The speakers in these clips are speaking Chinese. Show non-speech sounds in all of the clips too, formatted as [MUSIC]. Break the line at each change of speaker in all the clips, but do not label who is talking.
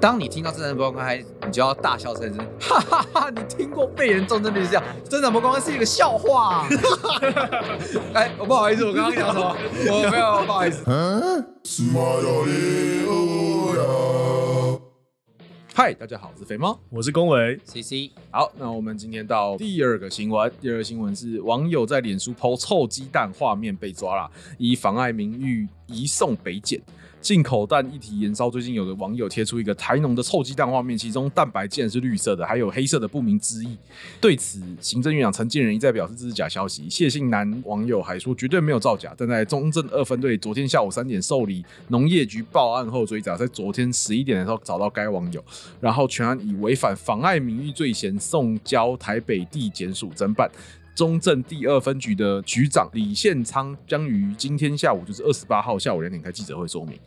当你听到正南博光开，你就要大笑三声，哈哈哈你听过被人重症率是这样，正南博光开是一个笑 [LAUGHS] 话。哎，我不好意思，我刚刚讲什么？我没有，不好意思。 [LAUGHS] 啊嗨，大家好，我是肥猫
我是龚维，
C C。好，那我们今天到第二个新闻，第二个新闻是网友在脸书抛臭鸡蛋画面被抓啦，以妨碍名誉移送北检。进口蛋一体延烧，最近有个网友贴出一个台农的臭鸡蛋画面，其中蛋白竟然是绿色的，还有黑色的不明之意。对此，行政院长陈建仁一再表示这是假消息。谢姓男网友还说绝对没有造假，但在中正二分队昨天下午三点受理农业局报案后追查，在昨天十一点的时候找到该网友，然后全案以违反妨碍名誉罪嫌送交台北地检署侦办。中正第二分局的局长李宪昌将于今天下午，就是二十八号下午两点开记者会说明。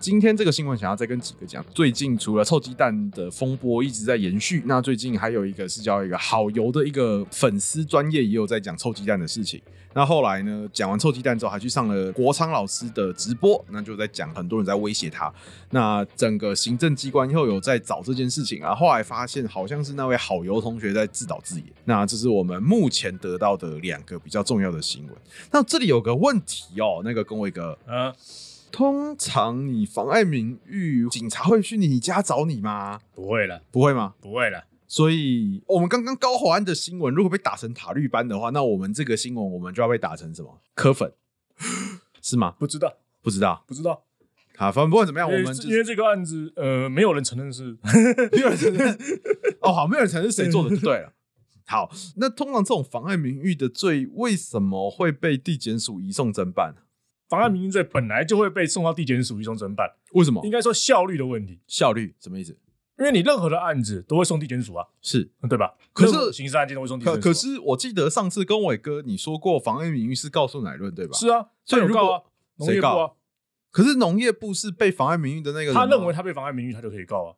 今天这个新闻想要再跟几个讲，最近除了臭鸡蛋的风波一直在延续，那最近还有一个是叫一个好油的一个粉丝专业也有在讲臭鸡蛋的事情。那后来呢，讲完臭鸡蛋之后，还去上了国昌老师的直播，那就在讲很多人在威胁他。那整个行政机关又有在找这件事情啊，后来发现好像是那位好油同学在自导自演。那这是我们目前得到的两个比较重要的新闻。那这里有个问题哦，那个跟我一个
啊，
通常你妨碍名誉，警察会去你家找你吗？
不会了，
不会吗？
不会了，
所以我们刚刚高华安的新闻，如果被打成塔绿班的话，那我们这个新闻我们就要被打成什么科粉， [GASPS] 是吗？
不知道，
不知道
不知道，
啊，反正不管怎么样，
因
我
为
们就
因
是
为这个案子，呃，没有人承认是， [LAUGHS]
[LAUGHS] 没有人承认。哦，好，没有人承认谁做的就对了。 [LAUGHS] 好，那通常这种妨碍名誉的罪，为什么会被地检署移送侦办？
妨碍名誉罪本来就会被送到地检署一中侦办，
为什么
应？该说效率的问题，
效率什么意思？
因为你任何的案子都会送地检署啊，
是
对吧？
可是
任何刑事案件都会送地检
可
署啊，
可是我记得上次跟伟哥你说过，妨碍名誉是告诉乃论对吧？
是啊，
所以
他有
如果
告啊，农业部
谁
啊，
可是农业部是被妨碍名誉的那个人吗，
他认为他被妨碍名誉，他就可以告啊。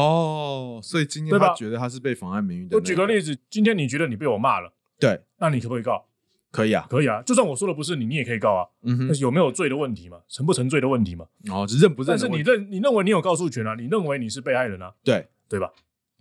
哦，所以今天
对吧
他觉得他是被妨碍名誉的、那
我举个，例子，今天你觉得你被我骂了，
对，
那你可不可以告？
可以啊，
可以啊，就算我说的不是你，你也可以告啊。
嗯
但
哼，
是有没有罪的问题嘛，成不成罪的问题嘛。
哦，就认不认
但
的
是你
问题？
认你认为你有告诉权啊，你认为你是被害人啊，
对，
对吧？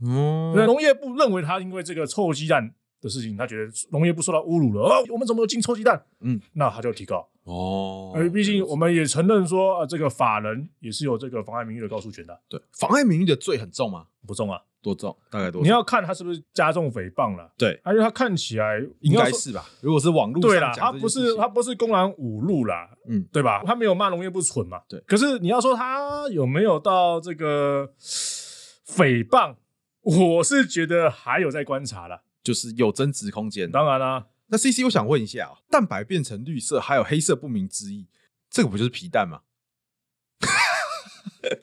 嗯
那农业部认为他因为这个臭鸡蛋的事情，他觉得农业部受到侮辱了，哦，我们怎么有进臭鸡蛋？
嗯，
那他就提告。
哦，
而毕竟我们也承认说，啊，这个法人也是有这个妨碍名誉的告诉权的，
对妨碍名誉的罪很重吗？
不重啊。
多重？大概多重？
你要看他是不是加重诽谤了，
对，
而且他看起来
应该。
你要说
是吧？如果是网络
对
上
啦，
讲
他
这件
不
事
是
情
他不是公然侮辱啦，
嗯，
对吧？他没有骂农业部蠢嘛，
对
可是你要说他有没有到这个诽谤，我是觉得还有在观察啦。
就是有增值空间。
当然啦、
那 C C，我想问一下、哦，蛋白变成绿色，还有黑色不明之意，这个不就是皮蛋吗？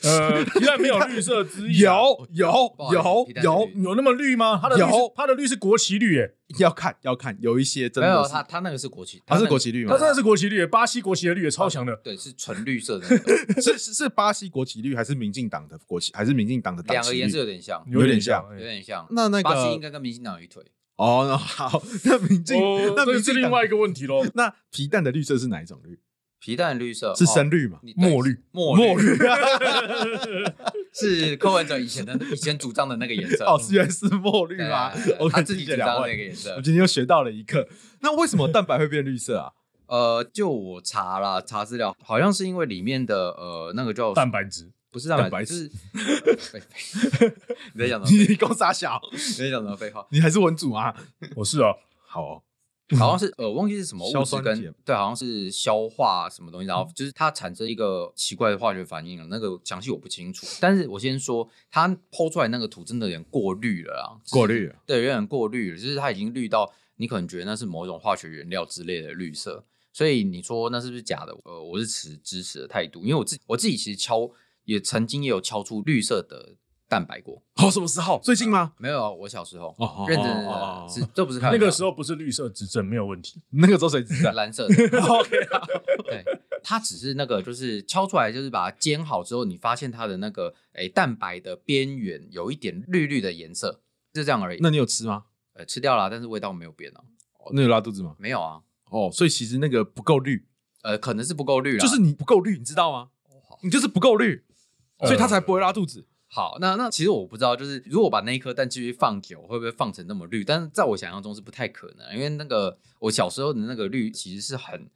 呃，皮蛋没有绿色之意啊，
有有
不好意思
有
皮蛋
有
是绿，
有那么绿吗？它的绿是
有
它的绿是国旗绿耶，
要看要看，有一些真
没
的
有
是
他，他那个是国旗，
它是
那个
国旗绿吗
它？真的是国旗绿耶，巴西国旗的绿也超强的，
对，是纯绿
[LAUGHS]
色的那个，
是是是巴西国旗绿还是民进党的国旗还是民进党的党旗
两个颜色
绿
有点像，
有点
像
像。
有
哎
点像。
那那个
巴西应该跟民进党有一腿，
哦，那好， [LAUGHS] 那民进、
哦，
那
这
民
是
进
另
党
外一个问题喽。
那皮蛋的绿色是哪一种绿？
皮蛋绿色
是深
绿，
绿吗？
哦你对
墨绿，
墨绿
绿
[LAUGHS] 是柯文哲以前的以前主张的那个颜色。
[LAUGHS] 哦，是原来是墨绿
对
[LAUGHS] 吗
对对对
我
他自己主
这
张
两
的那个
位，
颜
我
色。
今天又学到了一课。那为什么蛋白会变绿色 [LAUGHS] 啊？
呃，就我查了查资料，好像是因为里面的呃那个叫
蛋白质，
不是蛋
蛋白
白，
[LAUGHS]
就是。 [LAUGHS] 你在讲什么？
你公傻小，
你在讲什么废话？
你还是文主啊？
我是啊，
好哦，
好像是呃，忘记是什么
硝
物质
酸嗯
跟
铁
对，好像是消化什么东西，然后就是它产生一个奇怪的化学反应了。那个详细我不清楚，但是我先说，它剖出来那个土真的有点过滤了啦，
过滤了
对，有点过滤了，就是它已经滤到你可能觉得那是某种化学原料之类的绿色，所以你说那是不是假的？呃，我是持支持的态度，因为我自我自己其实敲也曾经也有敲出绿色的蛋白过，
哦，什么时候？最近吗？
没有啊，我小时候
哦哦
认真的
哦哦哦
是这
[LAUGHS]
不是开玩
那个
笑
时候不是绿色执政没有问题，
那个时候谁知 [LAUGHS] 道？
蓝色的。
OK，
对，它只是那个就是敲出来，就是把它煎好之后，你发现它的那个诶蛋白的边缘有一点绿绿的颜色，就这样而已。
[LAUGHS] 那你有吃吗？
呃吃掉了，但是味道没有变啊，
哦那有拉肚子吗？
没有啊，
哦，所以其实那个不够绿，啊哦
呃可能是不够绿了，
嗯就是你不够绿，你知道吗？你就是不够绿，所以它才不会拉肚子。
好，那那其实我不知道，就是如果把那一颗蛋继续放久，会不会放成那么绿？但是在我想象中是不太可能，因为那个我小时候的那个绿其实是很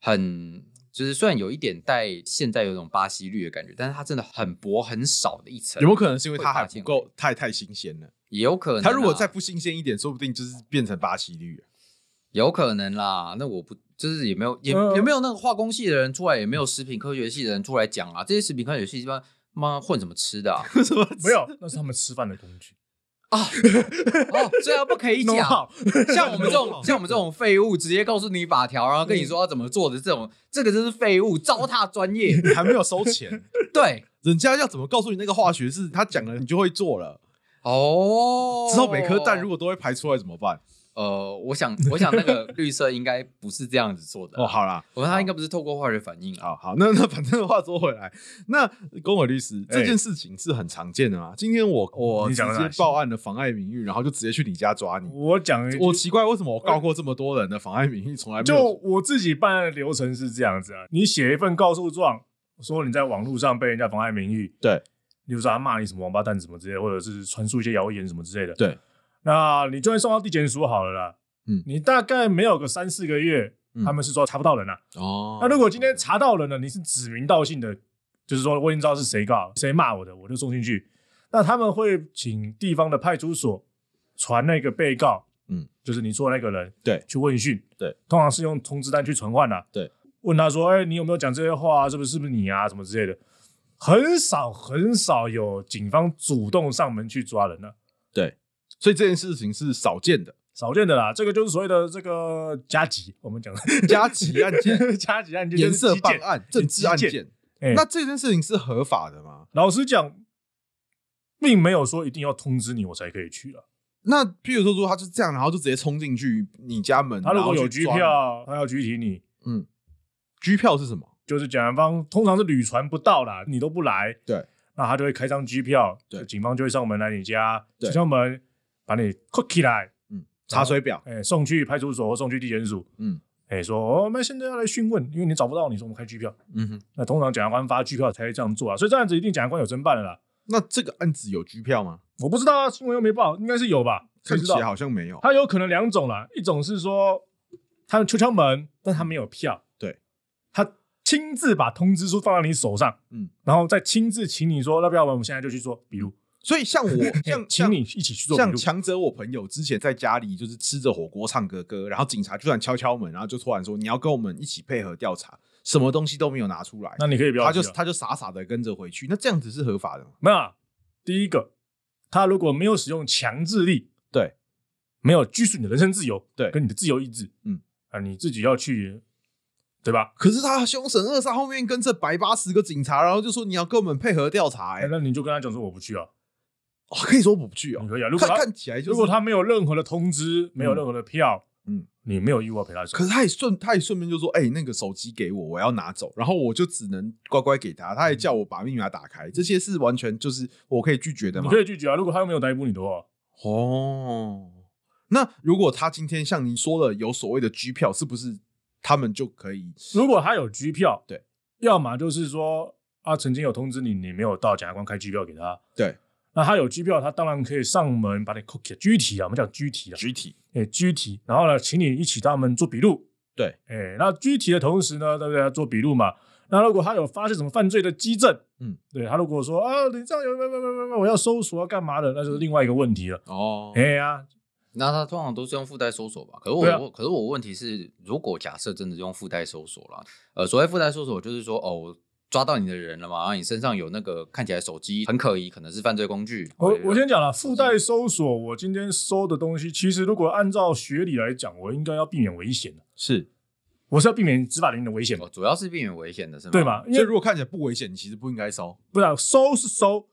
很，就是虽然有一点带现在有种巴西绿的感觉，但是它真的很薄很少的一层。
有没有可能是因为
会
它
发
还不
现
够太太新鲜了？
也有可能啊、
它如果再不新鲜一点，说不定就是变成巴西绿了。 [LAUGHS]
有可能啦，那我不就是也没有也、
嗯
也没有那个化工系的人出来，也没有食品科学系的人出来讲啊，这些食品科学系一般妈混什么吃的啊？ [LAUGHS]
没有，那是他们吃饭的工具。
哦，这样不可以
No
讲。
how
[LAUGHS]
像我们这种像我们这种废物，直接告诉你法条，然后跟你说要怎么做的这种，这个真是废物，糟蹋专
[LAUGHS]
业。
还没有收钱，
对，
人家要怎么告诉你那个化学是他讲了你就会做了？
哦，
之后每颗蛋如果都会排出来怎么办？
呃，我想我想那个绿色应该不是这样子做的
[LAUGHS] 哦，，好啦，
我们它应该不是透过化学反应啊。
好好，那 [LAUGHS] 那反正话说回来，那公委律师
哎哦
这件事情是很常见的啊。今天我我
你
直
讲的哪
接
些
报案了妨碍名誉，然后就直接去你家抓你。
我讲一句
我奇怪为什么我告过这么多人的妨碍名誉，从来没
就
有
我自己办案的流程是这样子啊，你写一份告诉状，说你在网络上被人家妨碍名誉，
对，
例如说他骂你什么王八蛋什么之类的，或者是传输一些谣言什么之类的，
对。
那你就算送到地检署好了啦，
嗯
你大概没有个三四个月，
嗯
他们是说查不到人了、啊。
哦
那如果今天查到人了，你是指名道姓的，就是说我已经知道是谁告谁骂我的，我就送进去。那他们会请地方的派出所传那个被告，
嗯，
就是你说的那个人，
对
去问讯，
对，
通常是用通知单去传唤啦、啊
对，
问他说，哎、你有没有讲这些话、啊？是不是是不是你啊？什么之类的。很少很少有警方主动上门去抓人的、啊
所以这件事情是少见
[LAUGHS]
的，
少见的啦。这个就是所谓的这个加急，我们讲的
加急案件、
[LAUGHS] 加急案件，
颜色
办
办案、政治案。件。
哎
那这件事情是合法的吗？
老实讲，并没有说一定要通知你我才可以去了。啊
那譬如说，如果他就这样，然后就直接冲进去你家门，
他如果
嗯然后
有
去
拘
抓你
票，啊嗯他要拘提你，
居票是什么？
就是检察方通常是旅船不到啦，你都不来，
对，
那他就会开张机票，
对
就警方就会上门来你家，
对
警上门把你扣起来，
嗯，查水表。
哎、送去派出所或送去地检署，
嗯
哎、说哦我们现在要来讯问，因为你找不到你，说我们开机票，
嗯哼，
那通常检察官发机票才会这样做啊，所以这案子一定检察官有侦办的啦，
那这个案子有居票吗？
我不知道啊，新闻又没报，应该是有吧，谁
看
知
起
道
来好像没有。
他有可能两种啦，一种是说他敲敲门，但他没有票，
对，
他亲自把通知书放在你手上，
嗯，
然后再亲自请你说，要不要我们现在就去做笔录，
所以
[LAUGHS]
像我，嗯像
嘿请你
像
一起去做笔
像
录，
强者，我朋友之前在家里就是吃着火锅唱歌歌，然后警察就算敲敲门，然后就突然说你要跟我们一起配合调查，什么东西都没有拿出来，
那你可以不要
他
去
就
啊，
他就傻傻的跟着回去。那这样子是合法的吗？
没有啊。第一个，他如果没有使用强制力，
对，
没有拘束你的人身自由，
对
跟你的自由意志，
嗯
啊，你自己要去，对吧？
可是他凶神恶煞，后面跟着百八十个警察，然后就说你要跟我们配合调查、
哎
哎、
那你就跟他讲说我不去啊，
哦可以说我不去哦
你。可以啊。如果
看
他
看起来就是，
如果他没有任何的通知，没有任何的
嗯
票，嗯，你没有义务要陪他走。
可是他也顺，他也顺便就说：“哎、那个手机给我，我要拿走。”然后我就只能乖乖给他，他
嗯
还叫我把密码打开，这些是完全就是我可以拒绝的
你
嘛
可？以拒绝啊。如果他又没有逮捕你的话，
哦，那如果他今天像你说的有所谓的居票，是不是他们就可以？
如果他有拘票，
对，
要么就是说啊，曾经有通知你，你没有到检察官开拘票给他，
对，
那他有拘票，他当然可以上门把你扣起来，拘提啊，我们讲拘提啊，
具体
哎，拘提，然后呢，请你一起到他们做笔录，
对，
哎，那拘提的同时呢，对不对？做笔录嘛。那如果他有发现什么犯罪的基证，
嗯，
对他如果说啊，你这样有没有没有没有没有，我要搜索要干嘛的，那就是另外一个问题了。
哦
哎呀，
那他通常都是用附带搜索吧？可是我、
对啊
我可是我问题是，如果假设真的用附带搜索啦，呃，所谓附带搜索就是说，哦，我抓到你的人了嘛，然啊后你身上有那个看起来手机很可疑，可能是犯罪工具。
我
对
我先讲了，附带搜索，我今天搜的东西，其实如果按照学理来讲，我应该要避免危险的，
是。
我是要避免执法人员的危险嘛，
哦主要是避免危险的是吗？
对？吧？因
所以
为
如果看起来不危险，你其实不应该收。
不然搜是搜，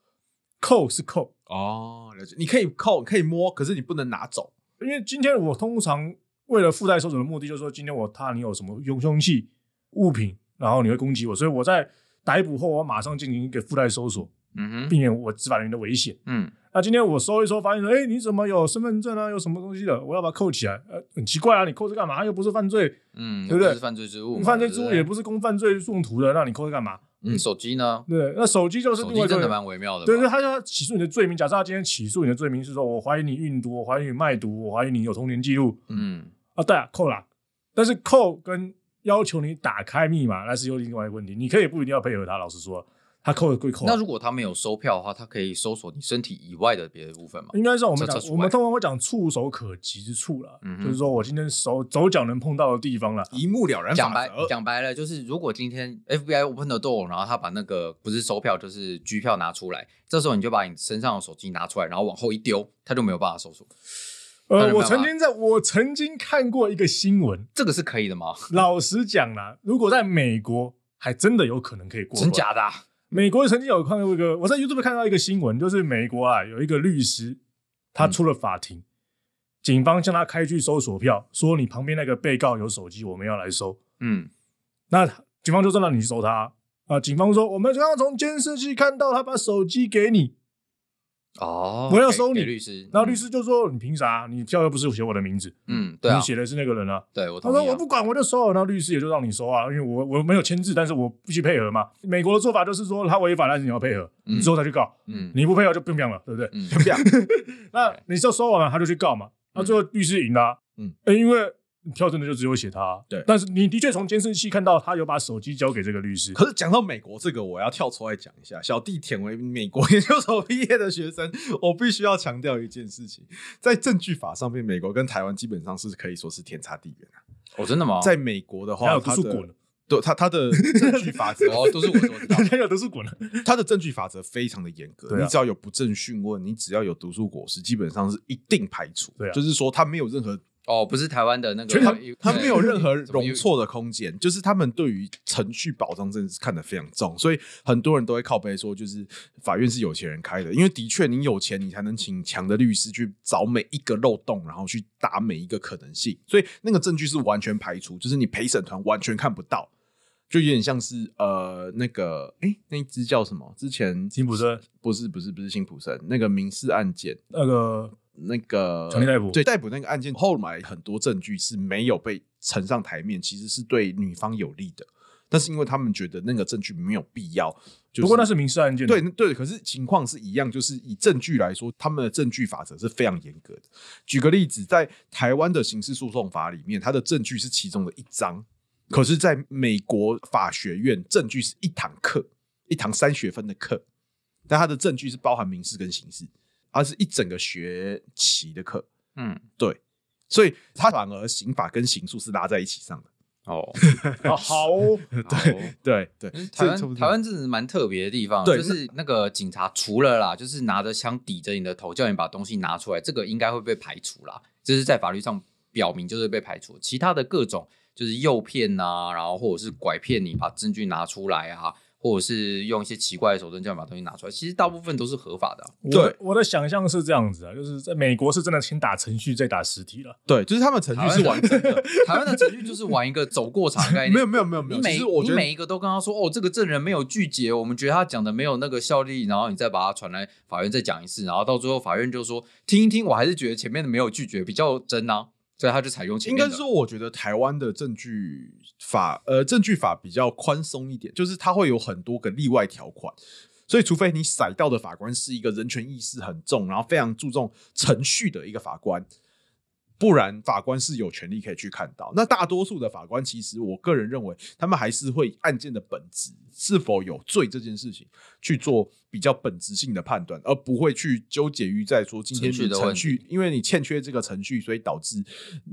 扣是扣，
哦，了解。你可以扣，可以摸，可是你不能拿走。
因为今天我通常为了附带搜索的目的，就是说今天我踏你有什么用凶器、物品，然后你会攻击我，所以我在逮捕后，我马上进行一个附带搜索，
嗯哼，
避免我执法人员的危险。
嗯，
那今天我搜一搜，发现说，哎、你怎么有身份证啊？有什么东西的？我要把它扣起来。呃，很奇怪啊，你扣这干嘛？又不是犯罪。
嗯，
对不对
又是犯罪之物嘛，
犯罪之物
对
也
不对
不是供犯罪用途的，那你扣它干嘛？
嗯
手机呢？
对，那手机就是
手
另
机
外一
真的
个。
蛮微妙的吧。
对对，他就要起诉你的罪名。假设他今天起诉你的罪名是说，我怀疑你运毒，我怀疑你卖毒，我怀疑你有童年记录
嗯，
啊，对啊，扣啦。但是扣跟要求你打开密码，那是又另外一个问题。你可以不一定要配合他。老实说，他扣的归扣啊。
那如果他没有收票的话，他可以搜索你身体以外的别的部分嘛？
应该是我们
这
讲
这，出
我们通常会讲触手可及之处啦，
嗯哼
就是说我今天手手脚能碰到的地方啦。
一目了然
讲
法
白
则。
讲白了，就是如果今天 FBI open the door，然后他把那个不是收票就是拘票拿出来，这时候你就把你身上的手机拿出来，然后往后一丢，他就没有办法搜索。当然
呃，
没
我
办法
曾经在我曾经看过一个新闻，
这个是可以的吗？
老实讲啦，如果在美国，还真的有可能可以过关
真？假的啊、
美国曾经有看过一个，我在 YouTube 看到一个新闻，就是美国啊有一个律师，
嗯
他出了法庭，警方向他开具搜索票，说你旁边那个被告有手机，我们要来搜。
嗯，
那警方就说：“那你去搜他。”啊，警方说：“我们刚刚从监视器看到他把手机给你。”
哦，
我要
给
收
给
你
律师，
然后律师就说：“你凭啥？你票又不是写我的名字，
嗯，嗯，对啊
你，写的是那个人啊。
对我”
他
同意、
说：“
啊。
我不管，我就收了。”然后律师也就让你收啊，因为我我没有签字，但是我必须配合嘛。美国的做法就是说，他违法，但是你要配合，
嗯
你之后再去告，
嗯
你不配合就不用了，对不对？
嗯，
那你就收完了，他就去告嘛。那最后律师赢了啊，
嗯
呃，因为票真的就只有写他啊，
对
但是你的确从监视器看到他有把手机交给这个律师，
可是讲到美国这个，我要跳出来讲一下。小弟舔为美国 [LAUGHS] 研究所毕业的学生，我必须要强调一件事情：在证据法上面，美国跟台湾基本上是可以说是天差地远、啊、
哦，真的吗？
在美国的
还
话，
有读
它
书滚
的，对它它的证据法则
哦，都是我说知道。
还有读
[LAUGHS]
书滚，
它的证据法则非常的严格，
对啊
你只要有不正讯问，你只要有毒素果实，基本上是一定排除。
对啊
就是说他没有任何
哦，不是台湾的那个
全台，
他
对
没有任何
怎么
容
有
错的空间，就是他们对于程序保障真的是看得非常重，所以很多人都会靠背说，就是法院是有钱人开的，因为的确你有钱，你才能请强的律师去找每一个漏洞，然后去打每一个可能性，所以那个证据是完全排除，就是你陪审团完全看不到，就有点像是呃那个哎、那一只叫什么？之前
辛普森
不是不是不是辛普森那个民事案件。
那个
那个
强力逮捕
对逮捕那个案件，后来很多证据是没有被呈上台面，其实是对女方有利的。但是因为他们觉得那个证据没有必要，就是、
不过那是民事案件，
对
嗯
对，可是情况是一样，就是以证据来说，他们的证据法则是非常严格的。举个例子，在台湾的刑事诉讼法里面，它的证据是其中的一章，可是在美国法学院，证据是一堂课，一堂三学分的课，但它的证据是包含民事跟刑事，它是一整个学期的课，
嗯，
所以它反而刑法跟刑诉是拉在一起上的。
哦，
啊，好哦，
对。
[LAUGHS] 对对
嗯，台
这差不
湾
多
台湾真的是蛮特别的地方，
对
就是那个警察除了啦，就是拿着枪抵着你的头叫你把东西拿出来，这个应该会被排除啦，这是在法律上表明就是被排除。其他的各种就是诱骗呐、然后或者是拐骗你把证据拿出来啊，或者是用一些奇怪的手段叫你把东西拿出来，其实大部分都是合法的啊、
我
对
的我的想象是这样子啊，就是在美国是真的先打程序再打实体了，
对，就是他们程序是完整的，
台湾的程序就是玩一个走过场的
[LAUGHS]
概念，
没有没有没有
你
没有，其
每
实我
你
觉得
每一个都跟他说哦，这个证人没有拒绝，我们觉得他讲的没有那个效力，然后你再把他传来法院再讲一次，然后到最后法院就说听一听，我还是觉得前面的没有拒绝比较真啊，所以他就采用前
应
面的。
该是说，我觉得台湾的证据法，呃，证据法比较宽松一点，就是它会有很多个例外条款，所以除非你逮到的法官是一个人权意识很重，然后非常注重程序的一个法官，不然法官是有权利可以去看到。那大多数的法官，其实我个人认为，他们还是会以案件的本质是否有罪这件事情去做比较本质性的判断，而不会去纠结于在说今天
程序
你
的
程
问
序，因为你欠缺这个程序，所以导致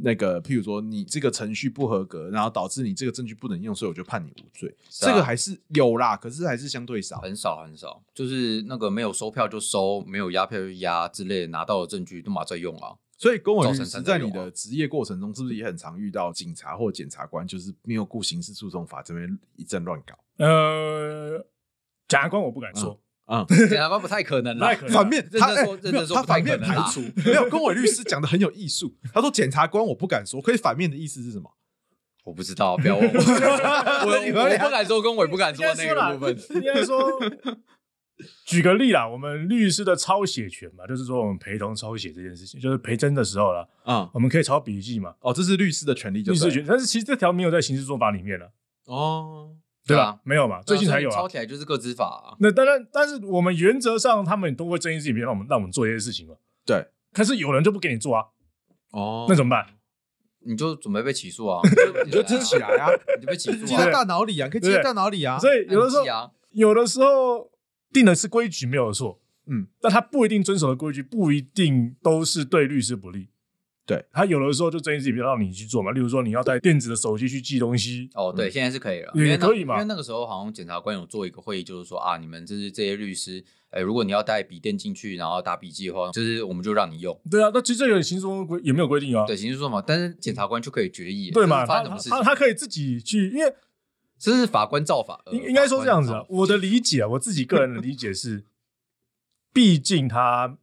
那个，譬如说你这个程序不合格，然后导致你这个证据不能用，所以我就判你无罪。
是啊
这个还是有啦，可是还是相对少。
很少很少，就是那个没有收票就收，没有押票就押之类的，拿到的证据都马上再用
[LAUGHS]
啊。
所以，公文
造
律
成
师
三
在
角
你
用啊
的职业过程中，是不是也很常遇到警察或检察官，就是没有顾刑事诉讼法这边一阵乱搞？
呃，检察官我不敢说，
嗯，
检察官不太可能啦，
不太可能
反面
啊认
他
真说认
哎没
真
有
说
他
不太
反
可
面
能
排
啦 [LAUGHS]
除，没有。公委律师讲的很有艺术，他说检察官我不敢说，可以反面的意思是什么？
我不知道，不要问我，我
[LAUGHS] 你
我
们
我
俩
不敢说跟我也不敢
啊
应
说
该
那
说
个
[LAUGHS] 啦
部分。，
应该说，举个例啦，我们律师的抄写权嘛，就是说我们陪同抄写这件事情，就是陪侦的时候啦，
啊、
我们可以抄笔记嘛，
哦，这是律师的权利就
律
对了，
师权，但是其实这条没有在刑事做法里面了。
哦，
对
对
吧
啊？
没有嘛，最近才有啊
抄。起来就是个执法啊。
那当然，但是我们原则上他们都会睁一只眼闭一只眼让我们让我们做这些事情嘛。
对，
可是有人就不给你做啊，
哦
那怎么办？
你就准备被起诉啊！
[LAUGHS]
你就支起来啊，
你就 [LAUGHS] 被起
记
诉
在
啊！
大脑里啊，可以记
对
在大脑里啊。
所以有的时候
按记，啊，
有的时候定的是规矩没有错，
嗯，
但他不一定遵守的规矩不一定都是对律师不利。
对
他有的时候就睁一只眼闭一只眼让你去做嘛，例如说你要带电子的手机去寄东西，
哦，对，
嗯
现在是可以了，
也
因为那
可以嘛
因为那个时候好像检察官有做一个会议，就是说啊，你们就是这些律师，哎，如果你要带笔电进去，然后打笔记的话，就是我们就让你用。
对啊，那其实这个行中规也没有规定啊，
对，刑事诉讼法，但是检察官就可以决议，
对嘛？
这是发生
他
什
他
么事
他
情？
他可以自己去，因为
这是法官造法，呃
应应该说这样子
法
啊
官，造法
我的理解啊，我自己个人的理解是， [LAUGHS] 毕竟他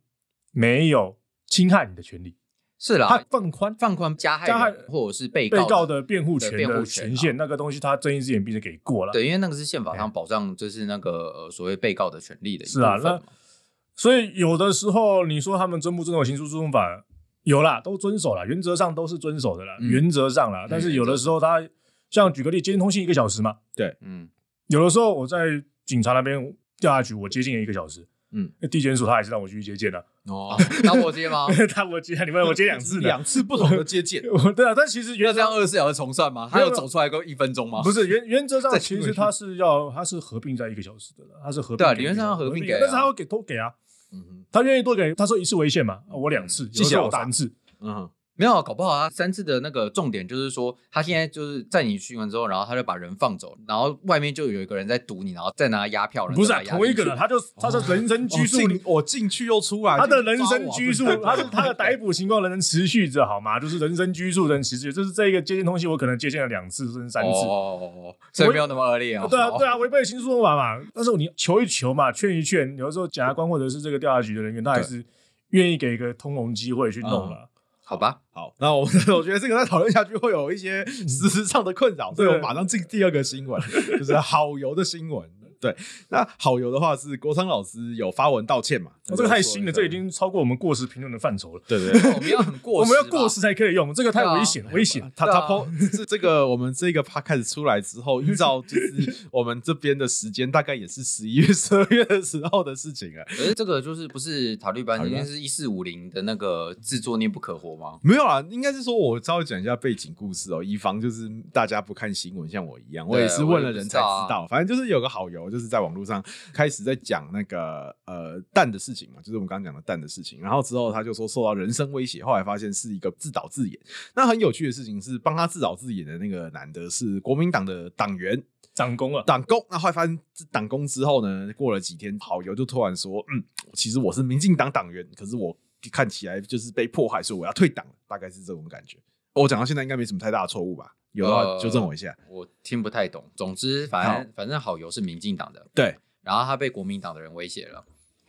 没有侵害你的权利，
是
他
啦，
放宽
啊放宽加害人
加害
或者是被
被告
告
的辩护权
对辩
的
护权啊
权限，那个东西他睁一只眼闭一只眼给过了。
对，因为那个是宪法上保障，就是那个呃所谓被告的权利的一
哎是啊
部分嘛
所以有的时候你说他们遵不遵守刑事诉讼法，有啦，都遵守啦，原则上都是遵守的啦，
嗯
原则上啦。但是有的时候他，像举个例，接近通信一个小时嘛，
嗯，
有的时候我在警察那边调查局，我接近了一个小时，
嗯，
地检署他还是让我继续接见的、啊
哦
哦，打火机吗？
[LAUGHS] 他我接你们我接两次的，
两次不同的接见，
[LAUGHS] 我对啊，但其实
要这
原则
样
上
二十四小时重算吗？他
没有
有走出来过一分钟吗？
不是原原则上
在
其
新
实
闻
他是要他是合并在一个小时的啦，他是合并
对啊
给
理论上要合并给啊
但是他会给多给啊，
嗯哼
他愿意多给，他说一次为限嘛，
嗯
啊我两次，有
谢谢
时候
老
我
大
三次，
[LAUGHS]
嗯哼，
没有，搞不好他三次的那个重点就是说，他现在就是在你询问之后，然后他就把人放走，然后外面就有一个人在堵你，然后再拿鸦票，然后
不是
再
啊
把押
同一个
进
人，
去，
他就他的人生居
哦
住
我哦进我进去又出来，
他
进
的
去
人
抓
生
我啊
居住，
不
他是他的逮捕情况仍然持续着，好吗？就是人生居住仍然持续，就是这一个接见通信，我可能接见了两次甚至三次。
哦，所以没有那么恶劣哦。
对啊，
好
对啊，违背刑事诉讼法嘛。但是你求一求嘛，劝一劝，有的时候检察官或者是这个调查局的人员，他还是愿意给一个通融机会去弄啊
嗯
了。
好吧，
好，那我们 [LAUGHS] 我觉得这个再讨论下去会有一些实质上的困扰，所以我们马上进第二个新闻，就是好油的新闻。对，那好油的话是国昌老师有发文道歉嘛？
哦这个太新了，这已经超过我们过时评论的范畴了。
对对对。
我们要很过
我
时，
们要过时。才可以用，这个太危险，危险。
他
对
他
啊
po 这这个我们这个 p 开始出来之后，依照就是我们这边的时间，大概也是十一月、十二月的时候的事情啊了。
可是这个就是不是塔利班，
塔利
因
班
为是一四五零的那个制作孽不可活吗？
没有啦，应该是说我稍微讲一下背景故事哦，以防就是大家不看新闻像我一样，我也是问了人才知
我也不知道
道。啊反正就是有个好友，就是在网络上开始在讲那个呃蛋的事情嘛，就是我们刚刚讲的蛋的事情。然后之后他就说受到人身威胁，后来发现是一个自导自演。那很有趣的事情是，帮他自导自演的那个男的是国民党的党员，
长工了，
党工，那后来发现这党工之后呢，过了几天，好友就突然说，嗯，其实我是民进党党员，可是我看起来就是被迫害，所以我要退党了，大概是这种感觉。我讲到现在应该没什么太大的错误吧？有的话
呃
纠正我一下。
我听不太懂。总之，反正反正好油是民进党的，
对
然后他被国民党的人威胁了，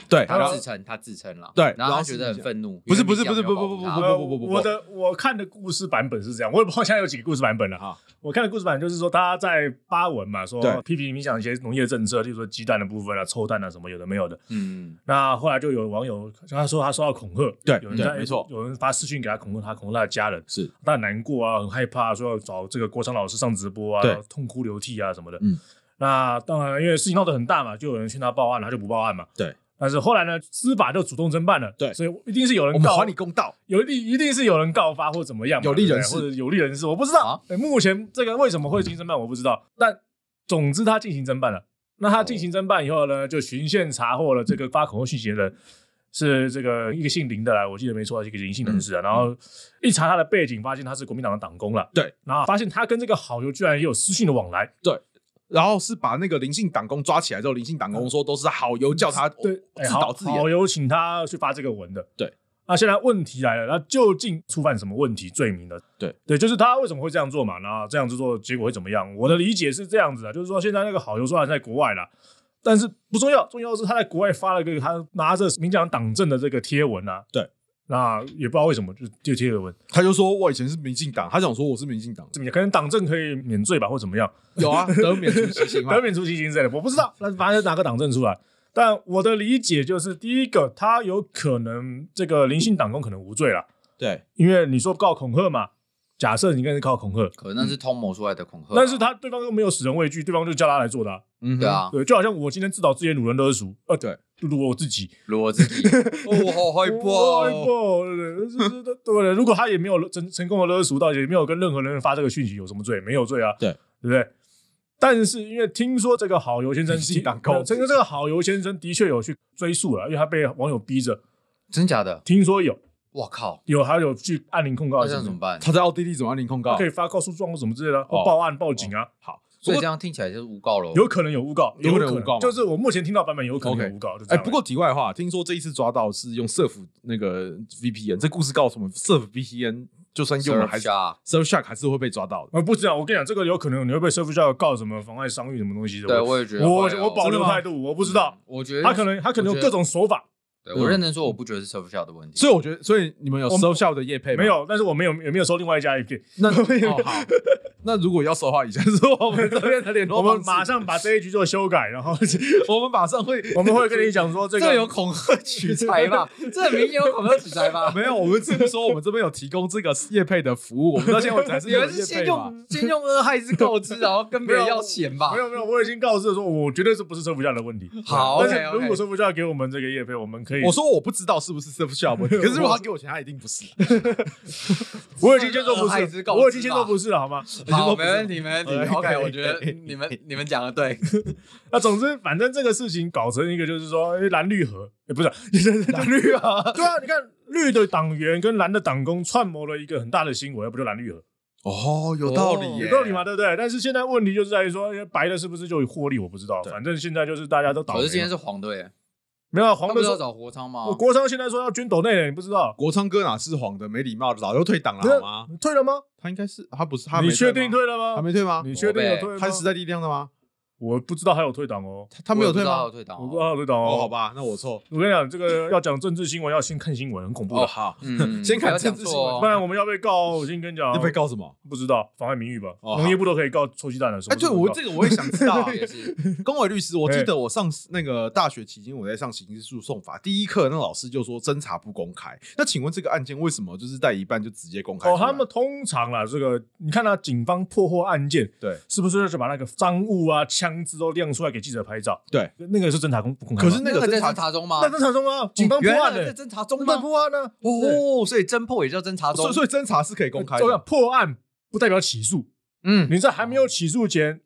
对，然
他
后
自称他自称了，
对
然后
然
他
后
觉
是
得很愤怒，
不是
因为
不是
民进党
不是
没有保护
不不
他
不不不不
呃我的我看的故事版本是这样，我也不知道现在有几个故事版本了哈。
啊，
我看的故事版就是说，他在发文嘛，说
对
批评影响一些农业政策，例如说鸡蛋的部分啊、抽蛋啊什么有的没有的。
嗯，
那后来就有网友他说他受到恐吓，
对
有人
对
在
没错
有人发私讯给他恐吓他，恐吓他的家人，
是
他很难过啊，很害怕，说要找这个郭昌老师上直播啊，
对
然后痛哭流涕啊什么的。
嗯，
那当然，因为事情闹得很大嘛，就有人劝他报案，他就不报案嘛。
对。
但是后来呢，司法就主动侦办了，
对
所以一定是有
我
人
们
告
还你公道。
有一定一定是有人告发或怎么样嘛，
有利人士
对不对或者有利人士，我不知道、
啊
呃目前这个为什么会进行侦办，我不知
嗯
道。但总之他进行侦办了。那他进行侦办以后
哦
呢，就循线查获了这个发恐吓讯息的人，是这个一个姓林的来，我记得没错，是一个林姓人士
嗯
啊。然后一查他的背景，发现他是国民党的党工了。
对，
然后发现他跟这个好友居然也有私信的往来。
然后是把那个林姓党工抓起来之后，林姓党工说都是好友叫他
嗯对，哎
自导自
好
演。
友请他去发这个文的。
对，
那现在问题来了，那究竟触犯什么问题罪名呢？
对，
对，就是他为什么会这样做嘛？那这样子做结果会怎么样？我的理解是这样子啊的，就是说现在那个好友说他在国外啦。但是不重要，重要的是他在国外发了个他拿着民进党党证的这个贴文啊，
对，
那也不知道为什么就就贴了文，
他就说我以前是民进党，他想说我是民
[LAUGHS]
进党，
怎么讲可能党证可以免罪吧，或怎么样，
有啊，得免除其刑嘛
得。免除其刑之类的，我不知道，那反正就拿个党证出来。但我的理解就是，第一个，他有可能这个林姓党工可能无罪了，
对
因为你说告恐吓嘛，假设你应该是靠恐吓，
可能那是通谋出来的恐吓啊，
但是他对方又没有死人畏惧，对方就叫他来做的啊、
嗯哼
对，啊，
对，就好像我今天自导自演鲁人勒赎，呃，
对，
鲁我自己，
如我自己，哦，好害
我害
怕哦，
怕，对对对对对，如果他也没有成成功的勒赎到，也没有跟任何人发这个讯息，有什么罪？没有罪啊，
对
对不对？但是因为听说这个好油先生
鸡蛋糕
这个这个好油先生的确有去追溯了，因为他被网友逼着，
真假的？
听说有
我靠，
有还有去按铃控告
那
的
这
行
样
为，
怎么办？
他在奥地利怎么按铃控告
可？以发告诉状或什么之类的啊，
哦
或报案报警啊，
好，
所以这样听起来就是诬告喽。
有可能有诬告，
有可能
可
诬告嘛
就是我目前听到版本有可能
OK
有诬告，就这
哎、
样
不过题外话，听说这一次抓到是用社服那个 VPN，这故事告诉我们，社服 VPN 就算用了还是
Surfshark
Surfshark 还是会被抓到的。
啊，不是啊，我跟你讲，这个有可能你会被 Surface Shark 告什么妨碍商誉什么东西的。
对，我也觉得
我
会哦
我保留态度，我不知道，
嗯我觉得
他可能他可能有各种手法，
对我认真说，我不觉得是 Surf Shop 的问题。
所以我觉得，所以你们有
我们
Surfshark 的业配吗
没？有，但是我没有也没有收另外一家 A 片， [LAUGHS]
那哦好，那如果要收的话，以前是我们这边的联络
我
方
们
式，
马上把这一局做修改，然后 [LAUGHS]
我们马上会，
我们会跟你讲说
这
这
个有
个。
恐吓取材吧？这明显有恐吓取材
[LAUGHS]
吧？
没有，我们只是说我们这边有提供这个业配的服务，我们到现在为止还是
你
有
们是
业配
先
嘛？
用先用俄亥之告知，然后跟别人要钱吧
没？有没有，我已经告知了说，我绝对是不是 Surface Shark 的问题。
好
但是
OK，OK
如果 Surface Shark 给我们这个叶配，我们可以，
我说我不知道是不是 Surfshark 问题，
[LAUGHS]
可是如果他给我钱，他一定不是。
我已经先说不
我还是
是，
告知吧
我已经先说不是了，好吗？
[LAUGHS]
[LAUGHS]
好，没问题，没问题。
OK，
OK，我觉得你们你们讲的对，
那总之，反正这个事情搞成一个就是说，哎，蓝绿合，哎， [LAUGHS] 不是蓝绿啊，对啊，你看绿的党员跟蓝的党工串谋了一个很大的新闻，要不就蓝绿合，
哦，有
道理耶
有道理嘛，对不对？但是现在问题就是在于说，哎白的是不是就有获利，我不知道，
对
反正现在就是大家都倒
可
霉
是今天
了。
是黄队，
没有啊
他
黄
们不
队
是要
说，
找国昌吗？
我国商现在说要捐斗内了，你不知道？
国昌哥哪是黄的，没礼貌，早就退党了好吗？
退了吗？
他应该是他不是他没
你
退
确
吗
定？退了
他
吗？
没退啊吗？哦
你确定有退吗？
他是时代力量的吗？
我不知道还有退党哦，
他他没有退
我
吗
也不知道他有？退啊
我不知
党。
道还有退党
哦，好
哦。
吧，那我错。
我跟你讲，这个要讲政治新闻，要先看新闻，很恐怖的
哦，。好，
[LAUGHS] 嗯
先看
不要讲
政治新闻
错哦
不然我们要被告哦，我先跟你讲哦，
要被告什么？
不知道妨碍名誉吧？
哦
农业部都可以告臭鸡蛋了。什
哎，
么
对
都不能
我
告
这个我也想知 [LAUGHS] 道啊。
哦也是
公委律师，我记得我上那个大学期间，我在上刑事诉讼法第一课，那老师就说侦查不公开。那请问这个案件为什么就是在一半就直接公开啊出
哦，
来？
他们通常啦，这个你看到、啊警方破获案件，
对
是不是就把那个赃物啊、枪支都亮出来给记者拍照？
对，
那个是侦查公不公开
可
吗，
是那个
在
侦查
侦查中吗
那？侦查中啊，警方破
原来
案
那
的、
个在侦查中
侦
吗
查？破案啊呢、
哦，所以侦破也叫侦查中
所以。所以侦查是可以公开
重要
的。
破案不代表起诉，
嗯，
你在还没有起诉前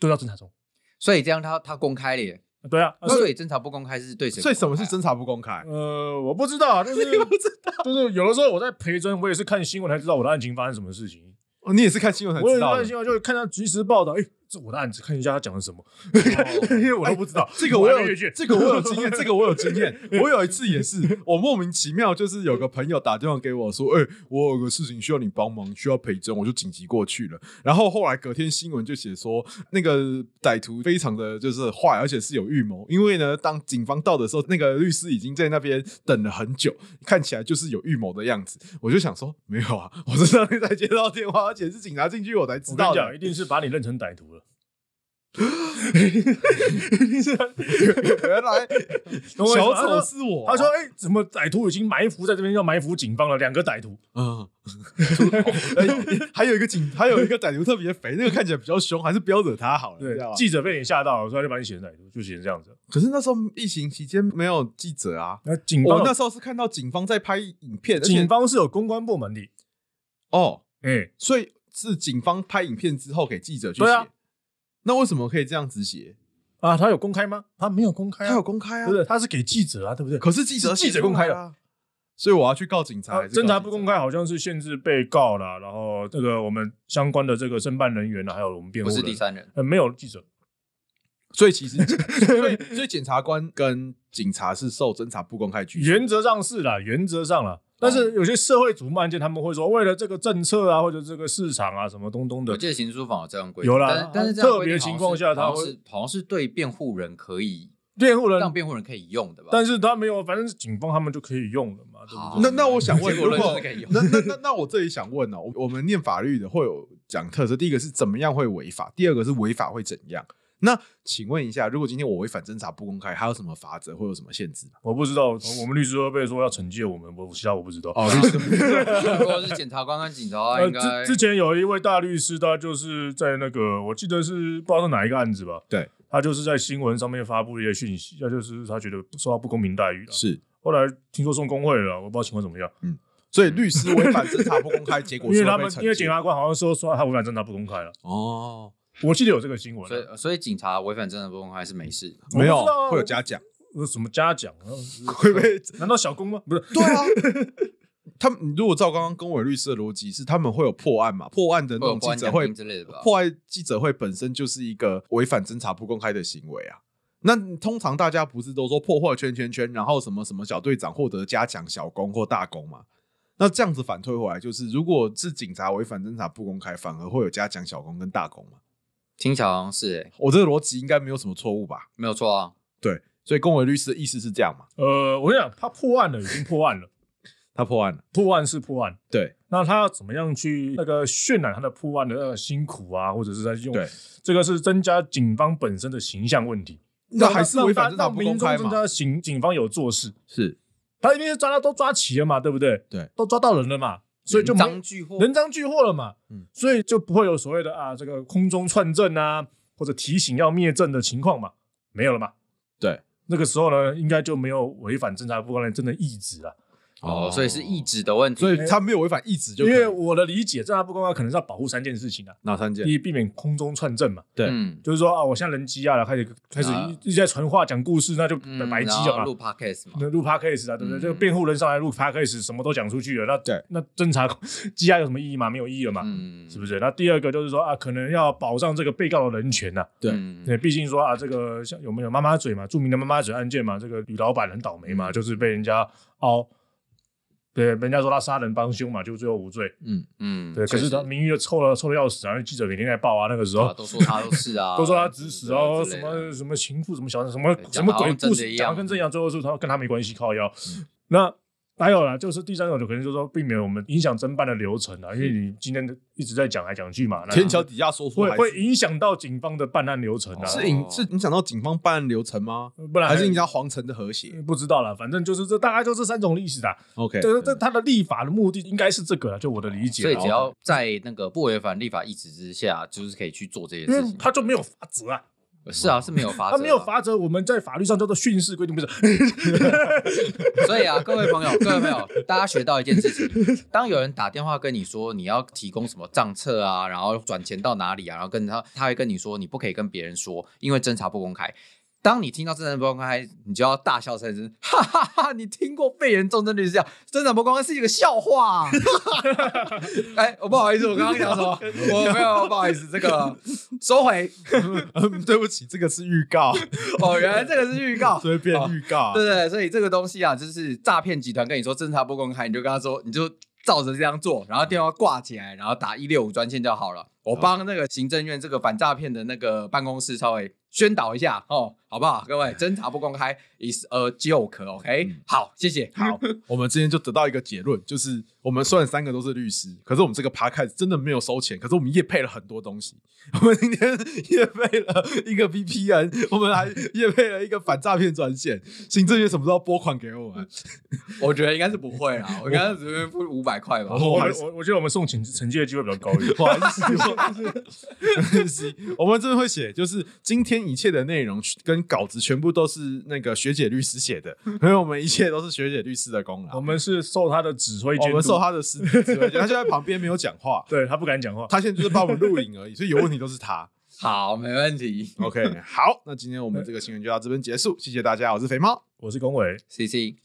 都叫侦查中。
所以这样他他公开了耶。
对啊，
那所以侦查不公开啊是对谁？
所以什么是？侦查不公开？
呃，我不知道啊，就是就是有的时候我在陪侦，我也是看新闻才知道我的案情发生什么事情。
哦你也是看新闻才
我
知
有
道的
看。新闻，就是看他及时报道，哎、这我的案子，看一下他讲的什么， [LAUGHS] 因为我都不知道。
哦哎这个我
还没
有
阅卷，
这个我有经验，这个我有经验。我有一次也是，我莫名其妙就是有个朋友打电话给我说：“哎、我有个事情需要你帮忙，需要陪诊。”我就紧急过去了。然后后来隔天新闻就写说，那个歹徒非常的就是坏，而且是有预谋。因为呢，当警方到的时候，那个律师已经在那边等了很久，看起来就是有预谋的样子。我就想说，没有啊，我是那天才接到电话，而且是警察进去我才知
[LAUGHS] 我跟
道
你
的
讲，一。定是把你认成歹
[LAUGHS]
徒了。
原来
懂 [LAUGHS] 我意思
小
吗
丑是我啊、
他说：“哎、怎么歹徒已经埋伏在这边，要埋伏警方了？两个歹徒，
嗯， [LAUGHS] 哎还有一个警，还有一个歹徒特别肥，那个看起来比较凶，还是不要惹他好了，你
对
知道，吧？
记者被你吓到了，所以他就把你写成歹徒，就写成这样子。
可是那时候疫情期间没有记者啊，
那警
我
方，
哦那时候是看到警方在拍影片，而且
警方是有公关部门的，
哦，
哎、
所以是警方拍影片之后给记者去
对啊
写。那为什么可以这样子写？
啊，他有公开吗？他没有公开、啊，
他有公开啊
对不，对？他是给记者啊，对不对？
可是记者
是记者
写出来
公开的
啊，所以我要去告警察
啊
还是告
侦查不
警察
公开好像是限制被告啦，然后这个我们相关的这个申办人员呢、啊还有我们辩护
不是
人，
第三人。
呃，没有记者，
所以其实， [LAUGHS] 所以所以检察官跟警察是受侦查不公开拘束。
原则上是啦，原则上啦。但
哦
是有些社会瞩目案件，他们会说为了这个政策啊，或者这个市场啊，什么东东的
我，记得刑诉法有这样规定，
有啦
但是但是这样
特
规定
别情况下他
好像
会嗯
是好像是好像是对辩护人可以
辩护人，
让辩护人可以用的吧？
但是他没有，反正是警方他们就可以用了嘛，对不
好
对？
那那我想问，
结
如
果论
果
就是 [LAUGHS] 可以用
那那那那我这里想问哦，我我们念法律的会有讲特色，第一个是怎么样会违法，第二个是违法会怎样。那请问一下，如果今天我违反侦查不公开，还有什么法则或有什么限制吗？
我不知道，我们律师会被说要惩戒我们，我其他我不知道。
[LAUGHS] 哦，
[LAUGHS]
律师，
如果是检察官跟警察，
呃，
应该
之之前有一位大律师，他就是在那个，我记得是不知道是哪一个案子吧，
对，
他就是在新闻上面发布了一些讯息，那就是他觉得受到不公平待遇了。
是，
后来听说送工会了，我不知道情况怎么样，
所以律师违反侦查不公开，结果
嗯 [LAUGHS] 因为
是会
他
被
们
惩
因为
戒
检察官好像说说他违反侦查不公开了，
哦，
我记得有这个新闻
所
啊，
以呃所以警察违反侦查不公开是没事的。
我不
没
知
有
道啊
会有嘉奖，
呃什么嘉奖啊？ [LAUGHS]
会被
难道小工吗？不是，
对啊。 [LAUGHS] 他们如果照刚刚龚伟律师的逻辑，是他们会有破案嘛？破案的那
或者
种
保
记
安
者
奖
会
金之类的吧，
破坏记者会本身就是一个违反侦查不公开的行为啊。那通常大家不是都说破获圈圈圈，然后什么什么小队长获得嘉奖、小功或大功嘛？那这样子反推回来，就是如果是警察违反侦查不公开，反而会有嘉奖、小功跟大功嘛？
听起来好像是哎，
我这个逻辑应该没有什么错误吧？
没有错啊。
对，所以公委律师的意思是这样嘛？
呃，我跟你讲，他破案了，已经破案了，
他破案了，
破案是破案，
对
那他要怎么样去那个渲染他的破案的呃辛苦啊，或者是在用
对，
这个是增加警方本身的形象问题，
那还是违反侦查
让
不
民
公
众
开
增
嘛？
加警警方有做事，
是
他因为抓他都抓齐了嘛，对不对？
对，
都抓到人了嘛，所以就没
当聚货，
人赃俱获了嘛，
嗯
所以就不会有所谓的啊这个空中串阵啊，或者提醒要灭阵的情况嘛，没有了嘛。
对
那个时候呢，应该就没有违反侦查不公的真的意志啊了，
哦，所以是意，志的问题。
所以他没有违反意志就
因
可以，
为我的理解，侦查不公开可能是要保护三件事情啊，
哪三件
第？一，避免空中串阵嘛，
对
嗯，
就是说啊，我现在人积压了，开始开始
啊
一一直在传话讲故事，那就白
嗯
白啊积
然
了
后
嘛。
录 podcast 嘛，
那录 podcast 啊，对不对？
嗯
这个辩护人上来录 podcast，什么都讲出去了，那
对
那侦查羁押有什么意义吗？没有意义了嘛，
嗯，
是不是？那第二个就是说啊，可能要保障这个被告的人权呐、
对
嗯
对，毕竟说啊，这个像有没有妈妈嘴嘛，著名的妈妈嘴案件嘛，这个吕老板很倒霉
嗯
嘛，就是被人家凹，对，人家说他杀人帮凶嘛，就最后无罪，
嗯，
嗯，
对，可
确
是
实
他名誉又臭了臭的要死啊，然后记者每天在报啊，那个时
啊
候。
都说他都是啊，
[LAUGHS] 都说他指使哦，
之
什
类的
么什么情妇，什么小什么
讲
什
得
么
好
鬼
像真
故
的
事，
一
讲
样嗯
得跟真一样，最后是他跟他没关系，靠腰。那还有啦，就是第三种就可能就是说，避免我们影响侦办的流程啊，因为
嗯
你今天一直在讲来讲去嘛，那
天桥底下说出
会
来
会影响到警方的办案流程啊，呃
哦
是影是影响到警方办案流程吗？
不然
还是影响皇城的和谐
不知道了，反正就是这大概就这三种历史啊，
？OK，[LAUGHS]
这这他的立法的目的应该是这个啦，就我的理解啊
所以
啦，哦
只要在那个不违反立法意志之下，就是可以去做这些
因
事
为
情。
他就没有法则啊，
是啊，是没有法则啊，
他没有法则，我们在法律上叫做训示规定，不是？
所以啊，各位朋友，各位朋友，大家学到一件事情：当有人打电话跟你说你要提供什么账册啊，然后转钱到哪里啊，然后跟他他会跟你说你不可以跟别人说，因为侦查不公开。当你听到侦查不公开，你就要大笑三声，哈哈哈你听过被人重症率是这样，侦查不公开是一个笑话、啊。 [LAUGHS] 哎，我不好意思，我刚刚讲什么？我没有，不好意思，这个收回。
嗯对不起，这个是预 [LAUGHS] 告，
哦，原来这个是预告。
随便预 [LAUGHS] 告。
对对对，所以这个东西啊，就是诈骗集团跟你说侦查不公开，你就跟他说，你就照着这样做，然后电话挂起来，然后打一六五专线就好了。我帮那个行政院这个反诈骗的那个办公室稍微宣导一下哦，好不好？各位，侦查不公开 is a joke，OK？、
嗯
好，谢谢。
好，我们今天就得到一个结论，就是我们虽然三个都是律师，可是我们这个 podcast 真的没有收钱，可是我们也配了很多东西。 [LAUGHS] 我们今天也配了一个 VPN，我们还也配了一个反诈骗专线，行政院什么时候拨款给我们？
我觉得应该是不会啦，我应该只会付五百块吧。
我
我还
我
是
我我觉得我们送惩惩戒的机会比较高一点。
[LAUGHS] 不好意思，没关系， [LAUGHS] 我们真的会写，就是今天一切的内容跟稿子全部都是那个学姐律师写的，因为我们一切都是学姐律师的功
[LAUGHS] 我
劳。
们是受他的指挥监
哦我
督，
们受他的师指挥，他就在旁边没有讲话，
对他不敢讲话。
他现在就是帮我们录影而已，所以有问题都是他。
好，没问题。
OK，好，那今天我们这个新闻就到这边结束，谢谢大家，我是肥猫。
我是龚伟，
C C。